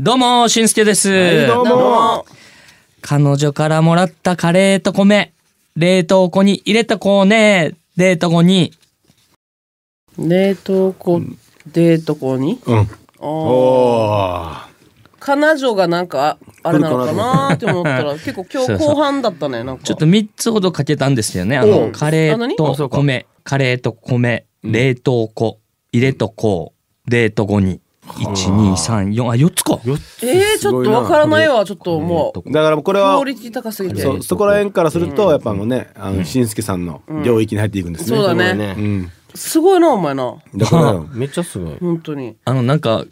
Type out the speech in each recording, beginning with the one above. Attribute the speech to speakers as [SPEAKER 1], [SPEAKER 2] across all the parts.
[SPEAKER 1] どうも、しんすけです、
[SPEAKER 2] どうも
[SPEAKER 1] 彼女からもらったカレーと米、冷凍庫に入れとこうね。冷凍庫に。
[SPEAKER 2] 冷凍庫デート庫に
[SPEAKER 3] うん。
[SPEAKER 2] あ
[SPEAKER 3] お
[SPEAKER 2] ー
[SPEAKER 3] お。
[SPEAKER 2] 彼女がなんかああれなのかなーって思ったら結構今
[SPEAKER 1] そ
[SPEAKER 2] 日
[SPEAKER 1] うそう
[SPEAKER 2] 後半だったねなんか
[SPEAKER 1] ちょっと3つほどかけたんですよね。あの、
[SPEAKER 2] お
[SPEAKER 1] カレ
[SPEAKER 2] あ何
[SPEAKER 1] ーと米、カレーと米、冷凍庫、入れとこう、冷凍庫に。1234あ4つか
[SPEAKER 2] えー、ちょっとわからないわちょっと
[SPEAKER 1] 冷
[SPEAKER 2] もう
[SPEAKER 1] 凍庫
[SPEAKER 3] だからもうこれ
[SPEAKER 2] ク
[SPEAKER 3] は
[SPEAKER 2] オリティ高すぎて
[SPEAKER 3] そ
[SPEAKER 2] そう
[SPEAKER 3] うそこら辺からするとやっぱもうねあの新助さんの領域に入っていくんですね。
[SPEAKER 2] だね
[SPEAKER 3] うん。
[SPEAKER 2] すごいなお前な
[SPEAKER 3] だから
[SPEAKER 4] めっちゃすごい。
[SPEAKER 2] 本当に
[SPEAKER 1] あのなんか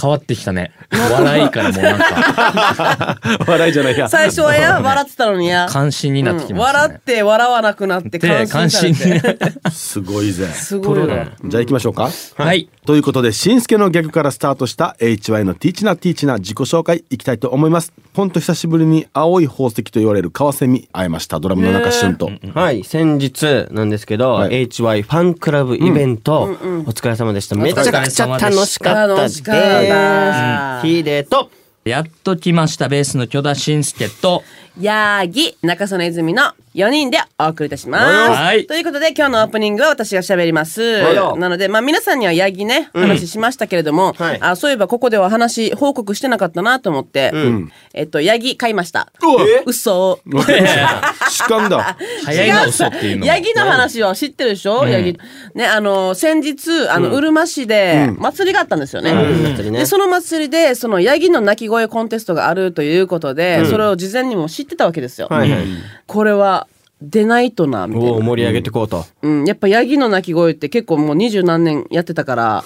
[SPEAKER 1] 変わってきたね笑いからもうなんか
[SPEAKER 3] 笑いじゃないや。
[SPEAKER 2] 最初 はや笑ってたのにや
[SPEAKER 1] 関心になってきました
[SPEAKER 2] 笑
[SPEAKER 1] ね
[SPEAKER 2] って笑わなくな って
[SPEAKER 1] で
[SPEAKER 2] 感
[SPEAKER 1] 関
[SPEAKER 2] 心
[SPEAKER 1] 心
[SPEAKER 2] され
[SPEAKER 1] に
[SPEAKER 2] て
[SPEAKER 1] なって
[SPEAKER 3] すごいぜ。
[SPEAKER 2] すごいな
[SPEAKER 3] じゃあ行きましょうか。
[SPEAKER 1] はい
[SPEAKER 3] ということで、しんすけの逆からスタートした HY のティーチナティーチナ自己紹介いきたいと思います。ほんと久しぶりに青い宝石と言われるカワセミ会えました。ドラムの中旬と。
[SPEAKER 4] はい、先日なんですけど、
[SPEAKER 3] はい
[SPEAKER 4] HY ファンクラブイベント、お疲れ様でした。めちゃくちゃ楽しかった
[SPEAKER 2] 楽
[SPEAKER 4] で
[SPEAKER 2] し
[SPEAKER 4] す。
[SPEAKER 2] かった
[SPEAKER 4] ヒデと、
[SPEAKER 1] やっと来ましたベースの巨田信介と
[SPEAKER 2] ヤーギ中曽根泉の4人でお送りいたします。
[SPEAKER 1] はい
[SPEAKER 2] ということで今日のオープニングは私が喋ります。
[SPEAKER 4] いよ
[SPEAKER 2] なのでまあ皆さんにはヤギね話しましたけれども、
[SPEAKER 4] はい
[SPEAKER 2] あそういえばここでは話報告してなかったなと思って、えっとヤギ買いました。嘘。
[SPEAKER 3] 主観だ。
[SPEAKER 1] 早いな嘘っていうのも
[SPEAKER 2] ヤギの話は知ってるでしょ、ヤギ。ね、あの、先日、あの、うるま市で、祭りがあったんですよね。
[SPEAKER 4] 祭りね
[SPEAKER 2] で、その祭りで、その、ヤギの鳴き声コンテストがあるということで、それを事前にも知ってたわけですよ。
[SPEAKER 4] はいはい
[SPEAKER 2] これは、出ないとな、みたい
[SPEAKER 4] を
[SPEAKER 2] な。
[SPEAKER 4] 盛り上げていこうと。
[SPEAKER 2] うん、やっぱヤギの鳴き声って結構もう二十何年やってたから、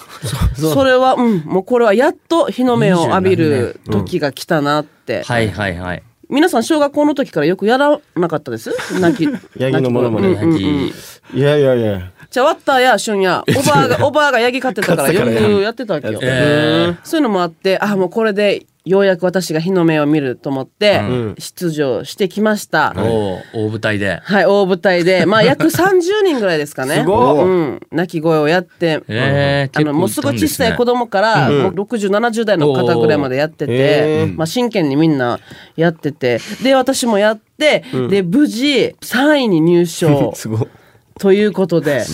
[SPEAKER 2] それは、うん、もうこれはやっと日の目を浴びる時が来たなって。
[SPEAKER 1] はいはいはい
[SPEAKER 2] 皆さん小学校の時からよくやらなかったです泣き
[SPEAKER 4] ヤギのものま
[SPEAKER 2] うん
[SPEAKER 4] ね
[SPEAKER 2] うんうん
[SPEAKER 4] いやいやいや。
[SPEAKER 2] じゃあワッターやシュン やおばあがおばあがヤギ飼ってたからよくやってたわけよ、
[SPEAKER 1] え
[SPEAKER 2] そういうのもあってあもうこれでようやく私が日の目を見ると思って出場してきました、
[SPEAKER 1] ー、おー大舞台で
[SPEAKER 2] はい大舞台でま あ約30人ぐらいですかね
[SPEAKER 4] すごい
[SPEAKER 2] うん、鳴き声をやって、
[SPEAKER 1] えー、
[SPEAKER 2] あのもうすごい小さい子
[SPEAKER 1] 供
[SPEAKER 2] 供から、6070代の方ぐらいまでやってて、まあ、真剣にみんなやっててで私もやって、で無事3位に入 賞
[SPEAKER 4] すごい。
[SPEAKER 2] ということで。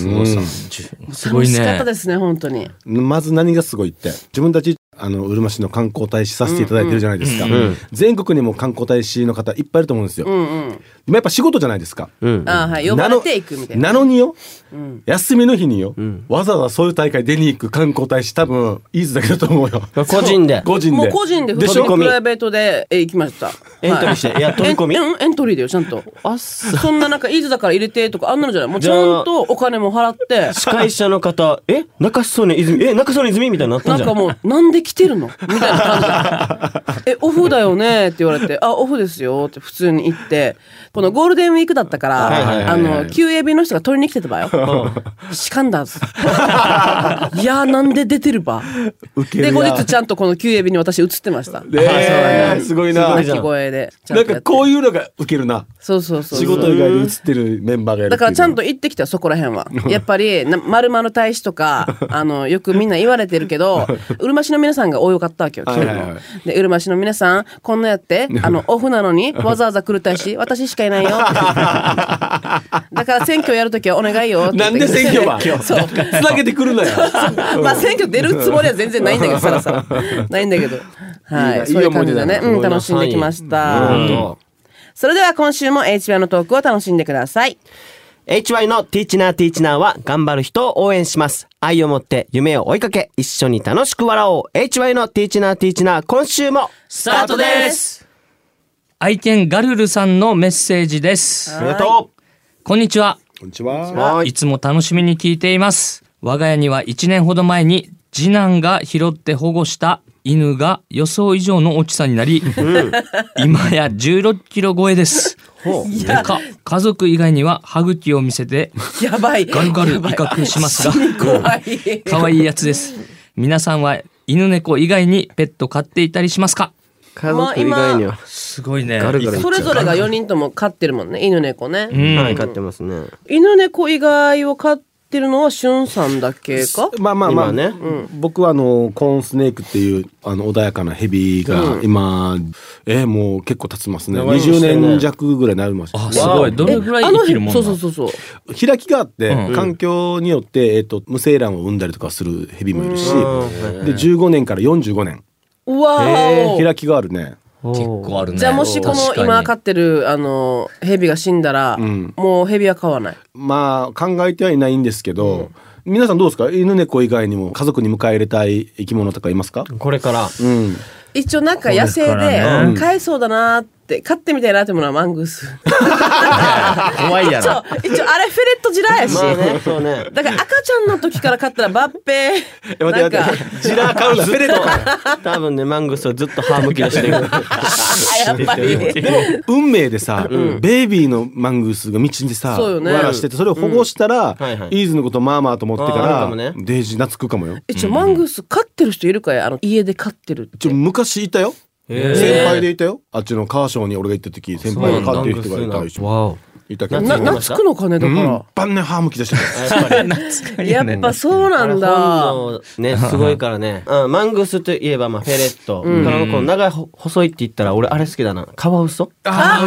[SPEAKER 1] すごい
[SPEAKER 2] 楽しかった
[SPEAKER 1] ね
[SPEAKER 2] ですね本当に
[SPEAKER 3] まず何がすごいって自分たちあのうるま市の観光大使させていただいてるじゃないですか、全国にも観光大使の方いっぱいいると思うんですよ、でもやっぱ仕事じゃないですか、
[SPEAKER 4] うん。
[SPEAKER 2] あはい呼ば
[SPEAKER 3] な
[SPEAKER 2] れ
[SPEAKER 3] の
[SPEAKER 2] ていくみたいな
[SPEAKER 3] なのによ、休みの日によ、わざわざそういう大会出に行く観光大使多分いいずだけだと思うよ
[SPEAKER 4] 個人で。
[SPEAKER 3] 個人で
[SPEAKER 2] もう個人で普
[SPEAKER 3] でし
[SPEAKER 2] 通に
[SPEAKER 3] ょ
[SPEAKER 2] プライベートでえ行きました
[SPEAKER 4] エントリーして
[SPEAKER 2] はい
[SPEAKER 4] や飛び込み
[SPEAKER 2] えんエントリーだよちゃんと
[SPEAKER 4] あっさ。
[SPEAKER 2] そんななんかいつだから入れてとかあんなのじゃないもうちゃんとお金も払って
[SPEAKER 4] 司会者の方、え中曽根泉、え中曽根泉みたいになったん
[SPEAKER 2] なん
[SPEAKER 4] じゃ
[SPEAKER 2] か
[SPEAKER 4] ん。
[SPEAKER 2] もう、なんで来てるのみたいな感じだえ、オフだよねって言われて、あ、オフですよって普通に言って、このゴールデンウィークだったから、あの、休営日の人が取りに来てたばよ。しかんだんす。いやー、なんで出てるば。
[SPEAKER 3] 受け
[SPEAKER 2] で、
[SPEAKER 3] る
[SPEAKER 2] 後
[SPEAKER 3] や
[SPEAKER 2] 日ちゃんとこの休営日に私映ってました。
[SPEAKER 3] ねえすごいな
[SPEAKER 2] 鳴き声で。ちゃ
[SPEAKER 3] なん
[SPEAKER 2] んとや
[SPEAKER 3] か
[SPEAKER 2] って
[SPEAKER 3] こういうのが受けるな
[SPEAKER 2] そうそうそう。
[SPEAKER 3] 仕事以外で映ってるメンバーがいるっていうの
[SPEAKER 2] だからちゃんと行ってきたよそこら 辺はやっぱりな丸々大使とかあのよくみんな言われてる けどうるま市の皆さんが多かったわけよ
[SPEAKER 3] はいはいはい
[SPEAKER 2] 昨日でうるま市の皆さんこんな やってあのオフなのにわざわざ来る大使私しかいないよだから選挙やるときはお願いよって言
[SPEAKER 3] な
[SPEAKER 2] っ
[SPEAKER 3] ん
[SPEAKER 2] て
[SPEAKER 3] で選挙はつ
[SPEAKER 2] そう
[SPEAKER 3] なげてくるなよ
[SPEAKER 2] まあ選挙出るつもりは全然ないんだけどさらさらないんだけどはい
[SPEAKER 3] いない
[SPEAKER 2] そういう感じでね
[SPEAKER 3] いい思い出だな
[SPEAKER 2] うん楽しんできました、
[SPEAKER 4] なるほど
[SPEAKER 2] それでは今週も HBR のトークを楽しんでください
[SPEAKER 4] HY のティーチナーティーチナーは頑張る人を応援します。愛を持って夢を追いかけ、一緒に楽しく笑おう。HY のティーチナーティーチナー、今週も
[SPEAKER 1] スタートです愛犬ガルルさんのメッセージです
[SPEAKER 4] ありがと
[SPEAKER 1] こんにちは
[SPEAKER 3] こんにちは
[SPEAKER 4] うはい
[SPEAKER 1] いつも楽しみに聞いています。我が家には1年ほど前に次男が拾って保護した犬が予想以上の大きさになり、今や16キロ超えです。
[SPEAKER 2] い
[SPEAKER 1] で
[SPEAKER 2] や
[SPEAKER 1] か家族以外には歯茎を見せて
[SPEAKER 2] やばい
[SPEAKER 1] ガルガル威
[SPEAKER 2] やばい
[SPEAKER 1] 嚇しますが
[SPEAKER 2] 死に怖い
[SPEAKER 1] 可愛いやつです。皆さんは犬猫以外にペット飼っていたりしますか
[SPEAKER 4] う。家族以外には。
[SPEAKER 1] すごいね。
[SPEAKER 4] ガルガル
[SPEAKER 2] それぞれが4人とも飼ってるもんね犬猫ね、
[SPEAKER 1] うん
[SPEAKER 4] はい、飼ってますね。
[SPEAKER 2] 犬猫以外を飼ってってるのはしゅんさんだけか
[SPEAKER 3] まあまあまあ、
[SPEAKER 4] 今ね
[SPEAKER 3] 僕はあのコーンスネークっていうあの穏やかなヘビが今、えーもう結構経ちますね
[SPEAKER 4] 長いことし
[SPEAKER 3] 20
[SPEAKER 4] てるね
[SPEAKER 3] 年弱ぐらいになりまし
[SPEAKER 1] あ
[SPEAKER 3] た
[SPEAKER 1] すご
[SPEAKER 4] わ
[SPEAKER 1] いどれぐらい
[SPEAKER 2] あの
[SPEAKER 1] 生きるもん
[SPEAKER 2] そ
[SPEAKER 1] な
[SPEAKER 2] うそうそうそう
[SPEAKER 3] 開きがあって、
[SPEAKER 1] うん
[SPEAKER 3] 環境によって、えっと無精卵を産んだりとかするヘビもいるし、
[SPEAKER 4] うん
[SPEAKER 3] で15年から45年
[SPEAKER 2] うわーお
[SPEAKER 3] 開きがあるね
[SPEAKER 1] 結構あるね
[SPEAKER 2] じゃあもしこの今飼
[SPEAKER 1] 確か
[SPEAKER 2] ってるあのヘビが死んだら、
[SPEAKER 3] ん
[SPEAKER 2] もうヘビは飼わない
[SPEAKER 3] まあ考えてはいないんですけど、皆さんどうですか犬猫以外にも家族に迎え入れたい生き物とかいますか、
[SPEAKER 4] これから
[SPEAKER 3] うん、
[SPEAKER 2] 一応なんか野生
[SPEAKER 1] そうです
[SPEAKER 2] で
[SPEAKER 1] からね
[SPEAKER 2] 飼えそうだなーって飼ってみたいなってものはマングース
[SPEAKER 1] に 怖いや
[SPEAKER 2] 一応
[SPEAKER 1] ろ
[SPEAKER 2] 一応あれフェレットジラやし、
[SPEAKER 4] まあ ねそうね
[SPEAKER 2] だから赤ちゃんの時から飼ったらバッペ
[SPEAKER 3] え
[SPEAKER 2] ー
[SPEAKER 3] 待
[SPEAKER 2] な
[SPEAKER 3] っ
[SPEAKER 2] ん
[SPEAKER 3] て
[SPEAKER 2] か
[SPEAKER 3] 待ってジラー買うなフェレット
[SPEAKER 4] 多分ねマングスをずっと歯向きにしてる
[SPEAKER 2] あ やっぱり
[SPEAKER 3] 運命でさ、ベイビーのマングースが道でさ、
[SPEAKER 2] そうよね
[SPEAKER 3] わらしててそれを保護したら、
[SPEAKER 4] はいはい
[SPEAKER 3] イーズのことまあまあと思ってか
[SPEAKER 4] あーある
[SPEAKER 3] ら
[SPEAKER 4] かもね
[SPEAKER 3] デイジー懐くかもよ
[SPEAKER 2] 一応マングース飼ってる人いるかいあの家で飼ってるって
[SPEAKER 3] ちょ昔いたよ、
[SPEAKER 4] へー
[SPEAKER 3] 先輩でいたよあっちの川省に俺が行った時先輩が飼ってる人がいたりし
[SPEAKER 1] わお
[SPEAKER 3] いたけど
[SPEAKER 2] な
[SPEAKER 4] 懐
[SPEAKER 2] 懐くのかねだ
[SPEAKER 3] う
[SPEAKER 2] か
[SPEAKER 3] ん
[SPEAKER 2] ら、
[SPEAKER 3] 晩年歯向きでしたね
[SPEAKER 1] 懐かしい
[SPEAKER 2] や
[SPEAKER 1] ね
[SPEAKER 2] っぱそうなんだ
[SPEAKER 4] 本能ねすごいからね、うん、マングースといえばまあフェレット、うん、この長いほ細いって言ったら俺あれ好きだなカワウソ
[SPEAKER 1] あー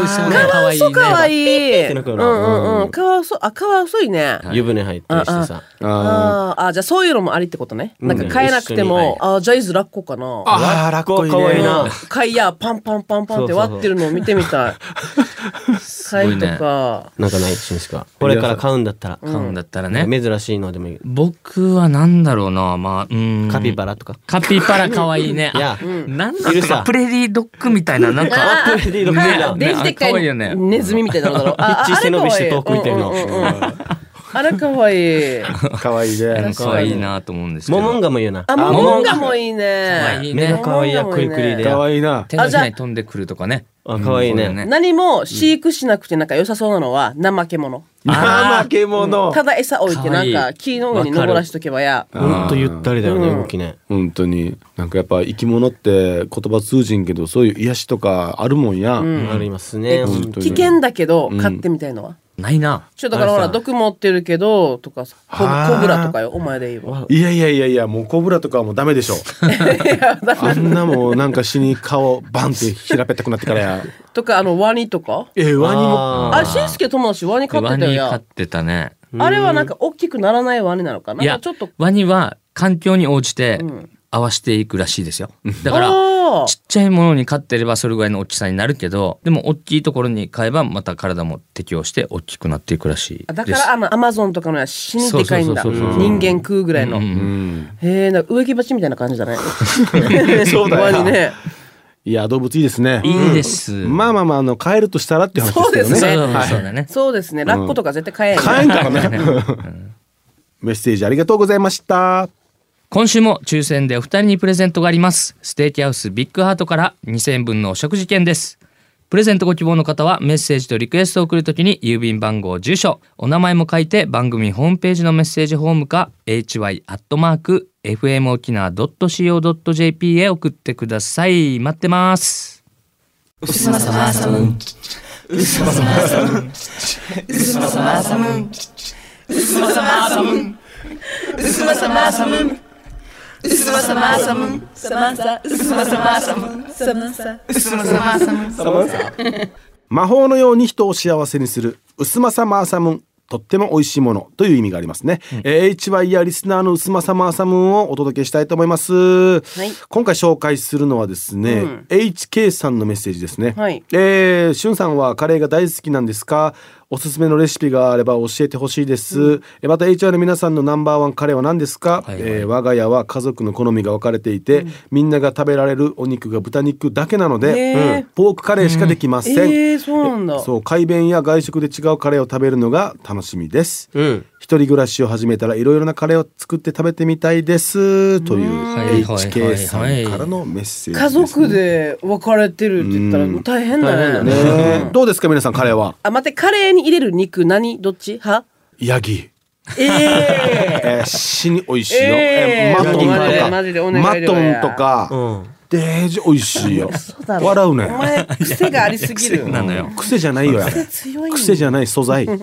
[SPEAKER 2] カワウソかわい
[SPEAKER 1] い
[SPEAKER 2] い。
[SPEAKER 4] て
[SPEAKER 2] う
[SPEAKER 4] 鳴
[SPEAKER 2] ん
[SPEAKER 4] く
[SPEAKER 2] う
[SPEAKER 4] よなん
[SPEAKER 2] うん。カワウソ、あ、カワウソいいね。
[SPEAKER 4] 湯船入ったりしてさ
[SPEAKER 3] あ
[SPEAKER 2] あーあ、じゃあそういうのもありってことね。なんか買えなくて
[SPEAKER 4] うん一緒に
[SPEAKER 2] も、あ、ジャイズラッコかな。
[SPEAKER 3] ーあーラッコいい
[SPEAKER 4] かわいい
[SPEAKER 3] ね
[SPEAKER 4] な
[SPEAKER 2] 貝やパンパンパンパンって割ってるのを見てみたい。
[SPEAKER 1] ごい
[SPEAKER 2] 貝
[SPEAKER 1] ね
[SPEAKER 2] とか。
[SPEAKER 4] なんかない一緒にしかこれから買うんだったら、
[SPEAKER 1] 買うんだったらね
[SPEAKER 4] 珍しいのでもいい
[SPEAKER 1] 僕はなんだろうなまあうん
[SPEAKER 4] カピバラとか、
[SPEAKER 1] カピバラ可愛いね。
[SPEAKER 4] いや
[SPEAKER 1] あ、なんだ
[SPEAKER 4] い
[SPEAKER 1] っ
[SPEAKER 4] る
[SPEAKER 1] け
[SPEAKER 4] さ
[SPEAKER 1] かプレディドッグみたいななんか。
[SPEAKER 4] あプレディドッグ
[SPEAKER 1] ね
[SPEAKER 4] いいな
[SPEAKER 1] ね
[SPEAKER 2] デジでっ
[SPEAKER 1] あ可
[SPEAKER 2] か
[SPEAKER 1] 愛いよ
[SPEAKER 2] い
[SPEAKER 1] ね
[SPEAKER 2] ネズミみたいなのだろう。あ
[SPEAKER 4] ピッチ背伸びして遠く行ってるの
[SPEAKER 2] あれ可愛いうんうんうんうんあれかわ
[SPEAKER 3] かわ
[SPEAKER 2] いい。
[SPEAKER 3] いい
[SPEAKER 1] な
[SPEAKER 3] ね
[SPEAKER 1] んか可愛いなと思うんですけど。
[SPEAKER 4] モモンガもいいよな
[SPEAKER 2] あ、モモンガもいいね。
[SPEAKER 1] いい
[SPEAKER 4] 目が
[SPEAKER 1] ね。
[SPEAKER 4] 可愛いやクリクリで
[SPEAKER 3] かわいいな
[SPEAKER 1] 手のひらに飛んでくるとかね。
[SPEAKER 4] あ可愛いね
[SPEAKER 1] うんそうだね
[SPEAKER 2] 何も飼育しなくてなんか良さそうなのは怠け者。
[SPEAKER 3] あけ者
[SPEAKER 2] ただ餌置いて
[SPEAKER 1] かわ
[SPEAKER 2] ないん
[SPEAKER 1] い
[SPEAKER 2] か木の上に登らしとけばや。
[SPEAKER 4] ほんとゆったりだよね動きね
[SPEAKER 3] 本当になんかやっぱ生き物って言葉通じんけどそういう癒しとかあるもんや、
[SPEAKER 4] ありますねほんと
[SPEAKER 2] 危険だけど飼ってみたいのは。
[SPEAKER 1] ないな。
[SPEAKER 2] ちょだからほら毒持ってるけどとかさコ
[SPEAKER 3] あー
[SPEAKER 2] コブラとかよお前で言えば。
[SPEAKER 3] いやいやいやいやもうコブラとかはもうダメでしょあんなもうなんか死に顔バンって平べったくなってからや
[SPEAKER 2] とかあのワニとか。
[SPEAKER 3] えワニも
[SPEAKER 4] あー
[SPEAKER 2] あれしんすけ友達ワニ飼って
[SPEAKER 1] ワ
[SPEAKER 2] たよ
[SPEAKER 1] ニ飼っ
[SPEAKER 2] や。
[SPEAKER 1] てたね。
[SPEAKER 2] あれはなんか大きくならないワニなのかな。
[SPEAKER 1] い
[SPEAKER 2] なん
[SPEAKER 1] や
[SPEAKER 2] かちょっと。、
[SPEAKER 1] ワニは環境に応じて
[SPEAKER 2] ん
[SPEAKER 1] 合わせていくらしいですよ。だ
[SPEAKER 2] あ
[SPEAKER 1] から、
[SPEAKER 2] ー
[SPEAKER 1] ちっちゃいものに飼ってればそれぐらいの大きさになるけど、でも大きいところに飼えばまた体も適応して大きくなっていくらしい
[SPEAKER 2] だ
[SPEAKER 1] で
[SPEAKER 2] か
[SPEAKER 1] す。
[SPEAKER 2] らあのアマゾンとかのやつ死にでかいんだ
[SPEAKER 1] そうそうそうそう
[SPEAKER 2] 人間食うぐらいの、
[SPEAKER 1] うん
[SPEAKER 3] うん
[SPEAKER 2] へえなんか植木鉢みたいな感じだね
[SPEAKER 3] そうだよ
[SPEAKER 2] ワニね
[SPEAKER 3] いや動物いいですね
[SPEAKER 1] いいです。
[SPEAKER 3] まあまあまああの飼えるとしたらっていう話ですけどね
[SPEAKER 2] そうですね
[SPEAKER 1] そうそうだね。
[SPEAKER 2] そうですねラッコとか絶対飼
[SPEAKER 3] 飼え
[SPEAKER 2] えない、
[SPEAKER 3] んからね メッセージありがとうございました
[SPEAKER 1] 今週も抽選でお二人にプレゼントがありますステーキハウスビッグハートから2000円分のお食事券ですプレゼントご希望の方はメッセージとリクエストを送るときに郵便番号住所お名前も書いて番組ホームページのメッセージフォームか hy.fmokina.co.jp へ送ってください待ってます
[SPEAKER 3] 魔法のように人を幸せにする薄まさマーサムンとっても美味しいものという意味がありますね、えー HY やリスナーの薄まさマーサムンをお届けしたいと思います、
[SPEAKER 2] い
[SPEAKER 3] 今回紹介するのはですね、HK さんのメッセージですね、
[SPEAKER 2] はい
[SPEAKER 3] えー、しゅんさんはカレーが大好きなんですかおすすめのレシピがあれば教えてほしいです、えまた HY の皆さんのナンバーワンカレーは何ですか、
[SPEAKER 1] はいはい
[SPEAKER 3] えー我が家は家族の好みが分かれていて、みんなが食べられるお肉が豚肉だけなので、
[SPEAKER 2] へー
[SPEAKER 3] うんポークカレーしかできません、
[SPEAKER 2] えー、そうなんだ
[SPEAKER 3] そう改便や外食で違うカレーを食べるのが楽しみです、
[SPEAKER 4] うん
[SPEAKER 3] 一人暮らしを始めたらいろいろなカレーを作って食べてみたいですという
[SPEAKER 1] はいはいはいは
[SPEAKER 3] HK
[SPEAKER 1] い
[SPEAKER 3] さんからのメッセージ
[SPEAKER 2] 家族で別れてるって言ったら大変だね
[SPEAKER 4] 大変だ
[SPEAKER 3] ねえどうですか皆さんカレーは
[SPEAKER 2] あ待ってカレーに入れる肉何どっち派
[SPEAKER 3] ヤギ
[SPEAKER 2] ええ
[SPEAKER 3] えー、死に美味しいよ、
[SPEAKER 2] え
[SPEAKER 3] え
[SPEAKER 2] ー
[SPEAKER 3] ーマトン
[SPEAKER 4] マジで
[SPEAKER 2] マジでお
[SPEAKER 3] とか
[SPEAKER 2] 願
[SPEAKER 3] マ
[SPEAKER 2] いだわ
[SPEAKER 3] トンとか
[SPEAKER 4] うん
[SPEAKER 3] デージ美味しいよ
[SPEAKER 2] だろ
[SPEAKER 3] 笑う
[SPEAKER 2] お
[SPEAKER 3] ね
[SPEAKER 2] 前癖がありすぎる
[SPEAKER 1] なのよ
[SPEAKER 3] 癖じゃないよあれ
[SPEAKER 2] 強いんだ
[SPEAKER 3] 癖じゃない素材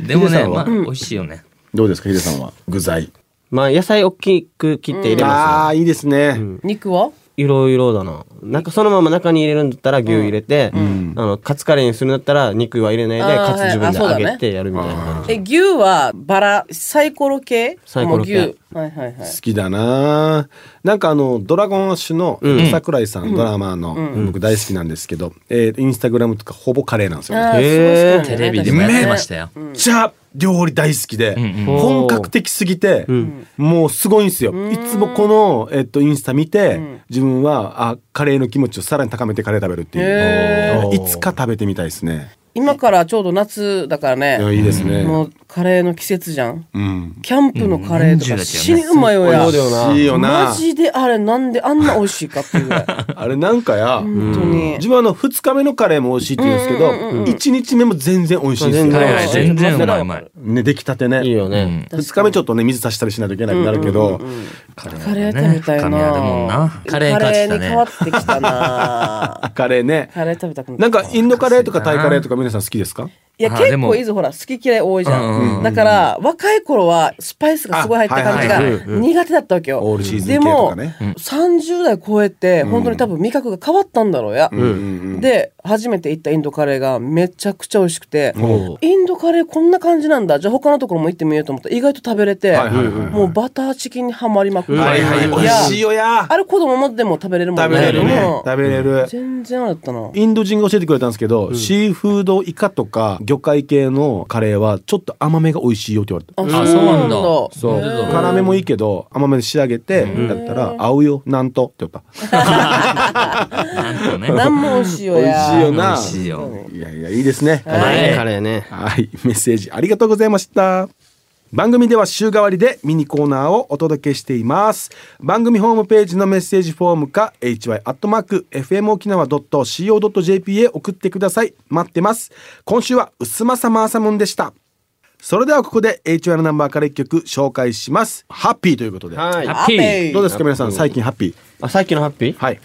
[SPEAKER 1] でも
[SPEAKER 3] ヒデ
[SPEAKER 1] ね
[SPEAKER 3] さん
[SPEAKER 1] ま
[SPEAKER 3] は
[SPEAKER 1] あ美味しいよね
[SPEAKER 3] どうですかヒデさんは具材
[SPEAKER 4] まあ野菜大きく切って入れ
[SPEAKER 3] あ
[SPEAKER 4] ます
[SPEAKER 3] あいいですね
[SPEAKER 2] 肉はい
[SPEAKER 4] ろいろだななんかそのまま中に入れるんだったら牛入れて、あのカツカレーにするんだったら肉は入れないで
[SPEAKER 2] あー
[SPEAKER 4] カツ自分で
[SPEAKER 2] はいあそう
[SPEAKER 4] 揚
[SPEAKER 2] だ
[SPEAKER 4] げ
[SPEAKER 2] ね
[SPEAKER 4] てやるみたいな感じ、
[SPEAKER 2] え牛はバラサイコロ系
[SPEAKER 4] サイコロ系
[SPEAKER 2] もう牛はいはいはい
[SPEAKER 3] 好きだななんかあのドラゴンアッシュの桜井さん、ドラマーの、僕大好きなんですけど、えーインスタグラムとかほぼカレーなんですよ、ね、
[SPEAKER 2] あー
[SPEAKER 4] へー
[SPEAKER 2] すごい好きなんだよね
[SPEAKER 1] テレビでもやってましたよ。
[SPEAKER 3] めっちゃ料理大好きで、
[SPEAKER 1] ん
[SPEAKER 4] うん
[SPEAKER 3] 本格的すぎて、もうすごいんですよ、いつもこの、えっと、インスタ見て、自分はあカレーの気持ちをさらに高めてカレー食べるって
[SPEAKER 2] へ
[SPEAKER 3] いういつか食べてみたいですね
[SPEAKER 2] 今からちょうど夏だから
[SPEAKER 3] いやい
[SPEAKER 2] ね
[SPEAKER 3] いですね、
[SPEAKER 2] もうカレーの季節じゃん
[SPEAKER 3] うん
[SPEAKER 2] キャンプのカレーと
[SPEAKER 1] うん40だけど
[SPEAKER 2] か
[SPEAKER 1] ね
[SPEAKER 2] 死にうまいよや
[SPEAKER 4] そうだよな
[SPEAKER 3] 美味しいよな
[SPEAKER 2] マジであれなんであんな美味しいかって いうぐらい本
[SPEAKER 3] あれなんかや、
[SPEAKER 2] 当に
[SPEAKER 3] 自分あの2日目のカレーも美味しいって言うんですけど、一1日目も全然美味しいんですよ、
[SPEAKER 1] は
[SPEAKER 4] 全
[SPEAKER 1] い
[SPEAKER 4] 然
[SPEAKER 1] はい、全然うまいうまい。
[SPEAKER 3] ね、出来たてね
[SPEAKER 4] いいよ
[SPEAKER 1] う
[SPEAKER 4] ね、
[SPEAKER 1] ん
[SPEAKER 3] 2日目ちょっとね水足したりしないといけなくなるけど、
[SPEAKER 2] カレー食べたいな,、
[SPEAKER 1] 深みあるもんなカレー買ってきたね
[SPEAKER 2] カレーに変わってきたな
[SPEAKER 3] カレーね
[SPEAKER 2] カレー食べたくなった
[SPEAKER 3] なんかインドカレーとかタイカレーとか皆さん好きですか
[SPEAKER 2] いや
[SPEAKER 1] あー
[SPEAKER 2] 結
[SPEAKER 1] でも
[SPEAKER 2] 構いいぞほら好き嫌い多いじゃ
[SPEAKER 1] うんうんうん
[SPEAKER 2] んだから若い頃はスパイスがすごい入った感じ
[SPEAKER 1] あ
[SPEAKER 2] が
[SPEAKER 1] はいはい
[SPEAKER 2] 苦手だったわけよ
[SPEAKER 3] オールシーズン系
[SPEAKER 2] で
[SPEAKER 3] と
[SPEAKER 2] も
[SPEAKER 3] かね
[SPEAKER 2] 30代超えて本当に多分味覚が変わったんだろうやで初めて行ったインドカレーがめちゃくちゃ美味しくて
[SPEAKER 4] おう
[SPEAKER 2] インドカレーこんな感じなんだじゃあ他のところも行ってみようと思ったら意外と食べれて
[SPEAKER 3] はいはいはいはい
[SPEAKER 2] もうバターチキンにはまりまくって
[SPEAKER 3] はいはい
[SPEAKER 2] や
[SPEAKER 3] 美味しいよや
[SPEAKER 2] あれ子供もでも食べれるもん
[SPEAKER 3] 食べれるね
[SPEAKER 2] うん
[SPEAKER 3] 食べれる
[SPEAKER 2] 全然あれだったな
[SPEAKER 3] インド人が教えてくれたんですけど、シーフードイカとか魚介系のカレーはちょっと甘めが美味しいよって言われた
[SPEAKER 1] あそうなんだ
[SPEAKER 3] そ
[SPEAKER 1] へ
[SPEAKER 3] う
[SPEAKER 1] ー
[SPEAKER 3] 辛めもいいけど甘めで仕上げてだったら合うよなんとって言った
[SPEAKER 1] なんとね。
[SPEAKER 2] 何も美味しいよ
[SPEAKER 3] 美味
[SPEAKER 2] や
[SPEAKER 3] しいよな
[SPEAKER 1] 美味しいよ
[SPEAKER 3] いやいやいいですね
[SPEAKER 4] うまい
[SPEAKER 1] は
[SPEAKER 4] ね
[SPEAKER 1] い
[SPEAKER 4] カレーね
[SPEAKER 3] はい、メッセージありがとうございました。番組では週替わりでミニコーナーをお届けしています。番組ホームページのメッセージフォームか hy.fmokinawa.co.jp へ送ってください。待ってます。今週はうすまさまーさむんでした。それではここで HY のナンバーから一曲紹介します。ハッピーということで。
[SPEAKER 4] はい
[SPEAKER 1] ハッピー。
[SPEAKER 3] どうですか皆さん最近ハッピー。
[SPEAKER 4] あさっきのハッピー
[SPEAKER 3] はい。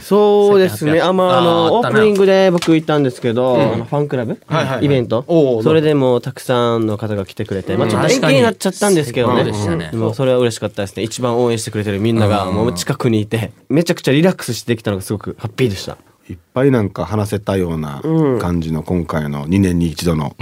[SPEAKER 4] そうですね。
[SPEAKER 1] さっき
[SPEAKER 4] あ、
[SPEAKER 1] の
[SPEAKER 4] まあ、あ
[SPEAKER 1] あー
[SPEAKER 4] の、
[SPEAKER 1] あっ
[SPEAKER 4] オ
[SPEAKER 1] た
[SPEAKER 4] ー
[SPEAKER 1] な
[SPEAKER 4] プニングで僕行ったんですけど、あのファンクラブ、
[SPEAKER 3] はいはい
[SPEAKER 4] イベント、
[SPEAKER 3] おー
[SPEAKER 4] それでもうたくさんの方が来てくれて、まあ、ちょっと
[SPEAKER 1] 確
[SPEAKER 4] 延
[SPEAKER 1] か
[SPEAKER 4] 期
[SPEAKER 1] に
[SPEAKER 4] になっちゃったんですけどね。
[SPEAKER 1] そうでしたね
[SPEAKER 4] でもそれは嬉しかったですね。一番応援してくれてるみんなが、もう近くにいて、めちゃくちゃリラックスしてきたのがすごくハッピーでした。
[SPEAKER 3] いっぱいなんか話せたような感じの今回の2年に一度の、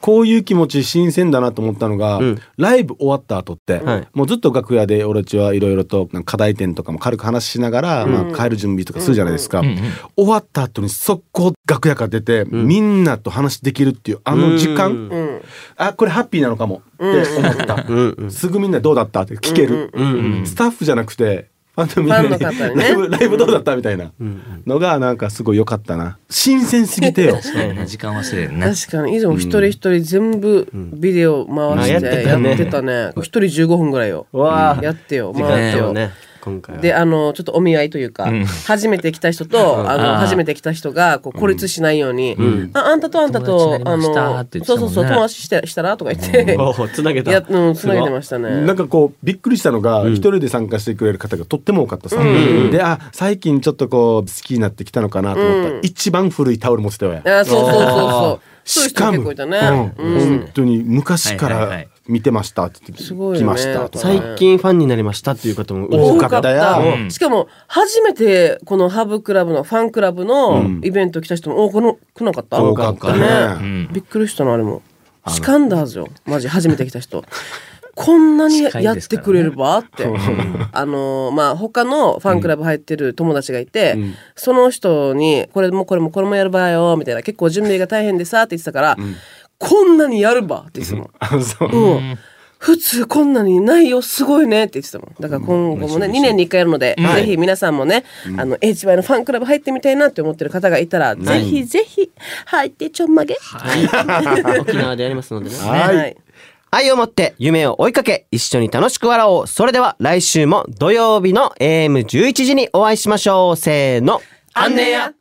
[SPEAKER 3] こういう気持ち新鮮だなと思ったのが、ライブ終わった後って、
[SPEAKER 4] はい
[SPEAKER 3] もうずっと楽屋で俺たちはいろいろとなんか課題点とかも軽く話しながら、まあ、帰る準備とかするじゃないですか、終わった後に速攻楽屋から出て、みんなと話できるっていうあの時間、
[SPEAKER 2] うん
[SPEAKER 3] あこれハッピーなのかもって思った、
[SPEAKER 4] うんうん。
[SPEAKER 3] すぐみんなどうだったって聞ける、スタッフじゃなくてファンのみんなに
[SPEAKER 2] ファンの方に ね
[SPEAKER 3] ライブライブどうだったみたいなのがなんかすごい良かったな新鮮すぎてよ
[SPEAKER 1] 確かにね時間忘れるね。
[SPEAKER 2] 確かに以前も一人一人全部ビデオ回して
[SPEAKER 4] う
[SPEAKER 2] や
[SPEAKER 4] ん
[SPEAKER 2] ってたね一人15分ぐらいよ
[SPEAKER 4] わあ、
[SPEAKER 2] やってよ
[SPEAKER 4] 時間
[SPEAKER 2] 回っ
[SPEAKER 4] だ
[SPEAKER 2] て
[SPEAKER 4] よ
[SPEAKER 2] よ
[SPEAKER 4] ね。今回は。
[SPEAKER 2] であのちょっとお見合いというか、初めて来た人とあの
[SPEAKER 1] あー
[SPEAKER 2] 初めて来た人がこう孤立しないように、ああんたとあんたと
[SPEAKER 1] 友達になりました
[SPEAKER 2] あ
[SPEAKER 1] っ
[SPEAKER 2] の
[SPEAKER 1] て言ってた
[SPEAKER 2] そ
[SPEAKER 1] も
[SPEAKER 2] うん
[SPEAKER 1] ね
[SPEAKER 2] そうそう友達してしたらとか言って、
[SPEAKER 4] おーつなげた。
[SPEAKER 2] やうんつなげてま
[SPEAKER 4] し
[SPEAKER 2] した
[SPEAKER 3] な
[SPEAKER 2] ね
[SPEAKER 3] ん。かこうびっくりしたのが一人で参加してくれる方がとっても多かったさ、であ最近ちょっとこう好きになってきたのかなと思ったら、一番古いタオル持ってたわよ
[SPEAKER 2] あそうそうそうそう。そうい
[SPEAKER 3] し
[SPEAKER 2] う人
[SPEAKER 3] か
[SPEAKER 2] 結
[SPEAKER 3] も、
[SPEAKER 2] 構いたね。
[SPEAKER 3] うん本当に昔か
[SPEAKER 1] はいはいは
[SPEAKER 3] ら
[SPEAKER 1] い
[SPEAKER 3] 見てましたって言って
[SPEAKER 2] すごい
[SPEAKER 3] 来
[SPEAKER 2] よね
[SPEAKER 3] ましたとか、
[SPEAKER 4] 最近ファンになりましたっていう方も嬉し
[SPEAKER 3] 多
[SPEAKER 4] い
[SPEAKER 3] かったよ
[SPEAKER 2] 多かったしかも初めてこのハブクラブのファンクラブのイベント来た人も多くの来なかった
[SPEAKER 3] 多かったね
[SPEAKER 2] ねびっくりしたなあれもシカンダーズよマジ初めて来た人こんなに
[SPEAKER 1] 近い
[SPEAKER 2] やっ
[SPEAKER 1] ですか
[SPEAKER 2] て
[SPEAKER 1] らね
[SPEAKER 2] くれるばって、あのーまあ他のファンクラブ入ってる友達がいて、その人に「これもこれもこれもやるばよ」みたいな結構準備が大変でさって言ってたから「こんなにやるば」って言ってたの。
[SPEAKER 3] あ そう
[SPEAKER 2] うん普通こんなにないよすごいねって言ってたもんだから今後もね2年に1回やるので、ぜひ皆さんもね、あの HY のファンクラブ入ってみたいなって思ってる方がいたら、ぜひぜひ入ってちょんまげ
[SPEAKER 4] はい。沖縄でやりますのでね。
[SPEAKER 3] はい
[SPEAKER 4] 愛を持って夢を追いかけ一緒に楽しく笑おうそれでは来週も土曜日の AM11 時にお会いしましょうせーの
[SPEAKER 2] あんねや